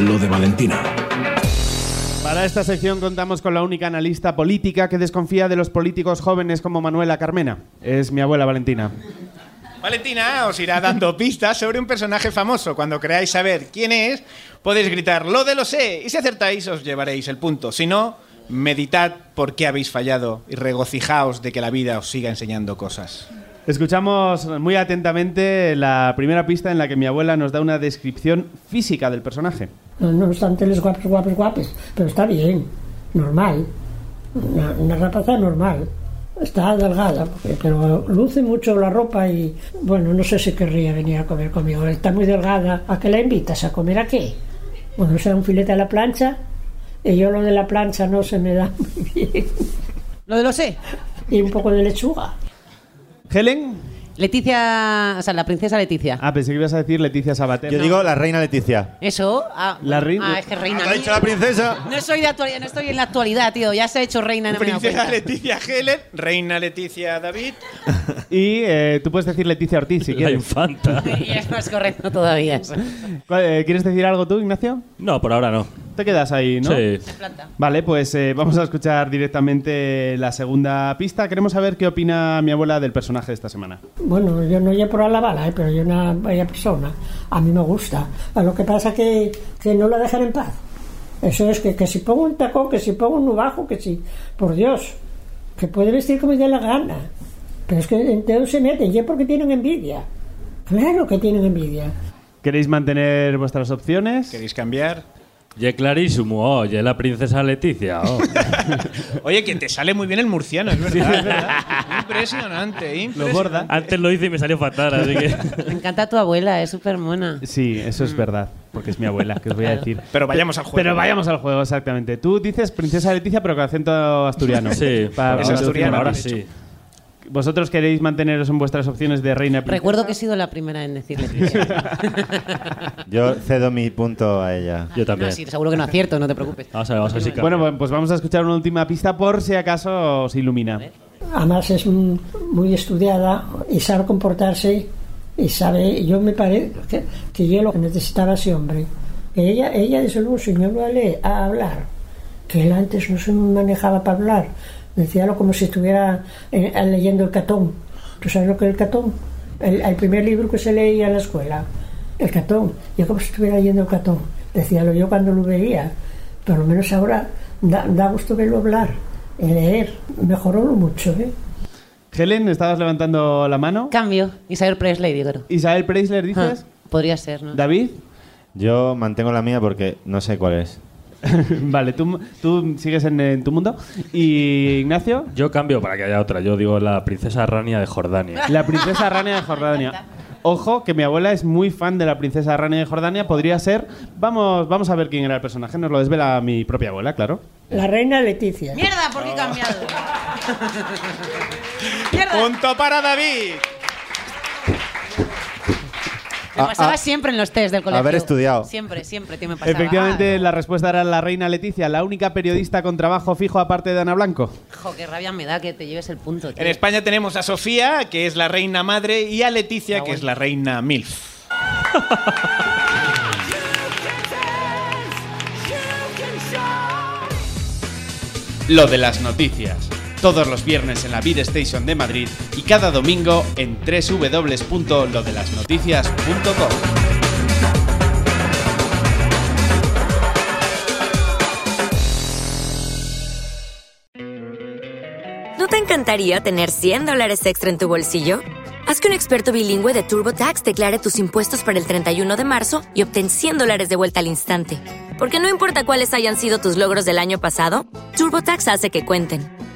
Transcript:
Lo de Valentina. Para esta sección contamos con la única analista política que desconfía de los políticos jóvenes como Manuela Carmena. Es mi abuela Valentina. Valentina os irá dando pistas sobre un personaje famoso. Cuando queráis saber quién es, podéis gritar lo de lo sé y si acertáis os llevaréis el punto. Si no, meditad por qué habéis fallado y regocijaos de que la vida os siga enseñando cosas. Escuchamos muy atentamente la primera pista en la que mi abuela nos da una descripción física del personaje. No, no obstante, los guapos, guapos, guapos. Pero está bien, normal. Una, una rapaza normal. Está delgada, porque- pero luce mucho la ropa y, bueno, no sé si querría venir a comer conmigo. Está muy delgada. ¿A qué la invitas? ¿A comer a qué? Bueno, o sea, un filete a la plancha. Y yo lo de la plancha no se me da muy bien. Lo de lo sé. Y un poco de lechuga. Helen. Leticia, o sea, la princesa Leticia. Ah, pensé que ibas a decir Leticia Sabater. Yo digo la reina Leticia. Eso. Ah, La reina- ah, es que reina. ¿Lo ha dicho la princesa? No soy de actualidad, no estoy en la actualidad, tío. Ya se ha hecho reina. No me he dado Princesa cuenta. Leticia Helen, Reina Leticia David. Y eh, tú puedes decir Leticia Ortiz si La quieres. infanta. Y es más correcto todavía. eso. ¿Cuál- eh, ¿Quieres decir algo tú, Ignacio? No, por ahora no. Te quedas ahí, ¿no? Sí. Vale, pues eh, vamos a escuchar directamente la segunda pista. Queremos saber qué opina mi abuela del personaje de esta semana. Bueno, yo no he probado la bala, ¿eh? pero yo una bella persona. A mí me gusta. A lo que pasa que, que no la dejan en paz. Eso es que, que si pongo un tacón, que si pongo un bajo, que si... Por Dios, que puede vestir como dé la gana. Pero es que entonces se meten. Y es porque tienen envidia. Claro que tienen envidia. ¿Queréis mantener vuestras opciones? ¿Queréis cambiar? Ye clarísimo, oye, la princesa Leticia. oh. Oye, que te sale muy bien el murciano, es verdad. ¿verdad? Impresionante, Lo impresionante. borda. Antes lo hice y me salió fatal, así que. Me encanta tu abuela, es súper mona. Sí, eso Mm. es verdad, porque es mi abuela, que os voy a decir. Pero vayamos al juego. Pero vayamos al juego, exactamente. Tú dices princesa Leticia, pero con acento asturiano. Sí, Para- Es asturiano, ahora de hecho. sí. ¿Vosotros queréis manteneros en vuestras opciones de reina princesa? Recuerdo que he sido la primera en decir Leticia. Yo cedo mi punto a ella. Yo también. No, sí, seguro que no acierto, no te preocupes. Ah, Vamos a ver, vamos a ver si cambia. Bueno, pues vamos a escuchar una última pista por si acaso os ilumina. Además es mm, muy estudiada y sabe comportarse y sabe, yo me parece que, que yo lo que necesitaba ese hombre. Que ella, ella desde luego se me vale a hablar, que él antes no se manejaba para hablar, decía lo como si estuviera eh, leyendo el catón. ¿Tú sabes lo que es el catón? El, el primer libro que se leía en la escuela, el catón. Yo como si estuviera leyendo el catón, decía lo yo cuando lo veía, pero al menos ahora da, da gusto verlo hablar y leer. Mejoró mucho, ¿eh? Helen, estabas levantando la mano. Cambio. Isabel Presley, digo. ¿no? Isabel Preisler, dices. Ah, podría ser, ¿no? David. Yo mantengo la mía porque no sé cuál es. vale, tú, tú sigues en, en tu mundo. Y Ignacio, Yo cambio para que haya otra. Yo digo la princesa Rania de Jordania. la princesa Rania de Jordania. Ojo, que mi abuela es muy fan de la princesa Rania de Jordania. Podría ser. Vamos, vamos a ver quién era el personaje. Nos lo desvela mi propia abuela, claro. La reina Leticia. ¡Mierda! ¿Por qué he cambiado? ¡Mierda! Punto para David. Me Ah, pasaba ah. siempre en los test del colegio. Haber estudiado. Siempre, siempre, tío, me pasaba. Efectivamente, Ah, la respuesta era la reina Leticia, la única periodista con trabajo fijo aparte de Ana Blanco. jo, qué rabia me da que te lleves el punto, tío. En España tenemos a Sofía, que es la reina madre, y a Leticia, que es la reina MILF. Lo de las noticias. Todos los viernes en la Beat Station de Madrid y cada domingo en www.lodelasnoticias.com. ¿No te encantaría tener 100 dólares extra en tu bolsillo? Haz que un experto bilingüe de TurboTax declare tus impuestos para el 31 de marzo y obtén 100 dólares de vuelta al instante. Porque no importa cuáles hayan sido tus logros del año pasado, TurboTax hace que cuenten.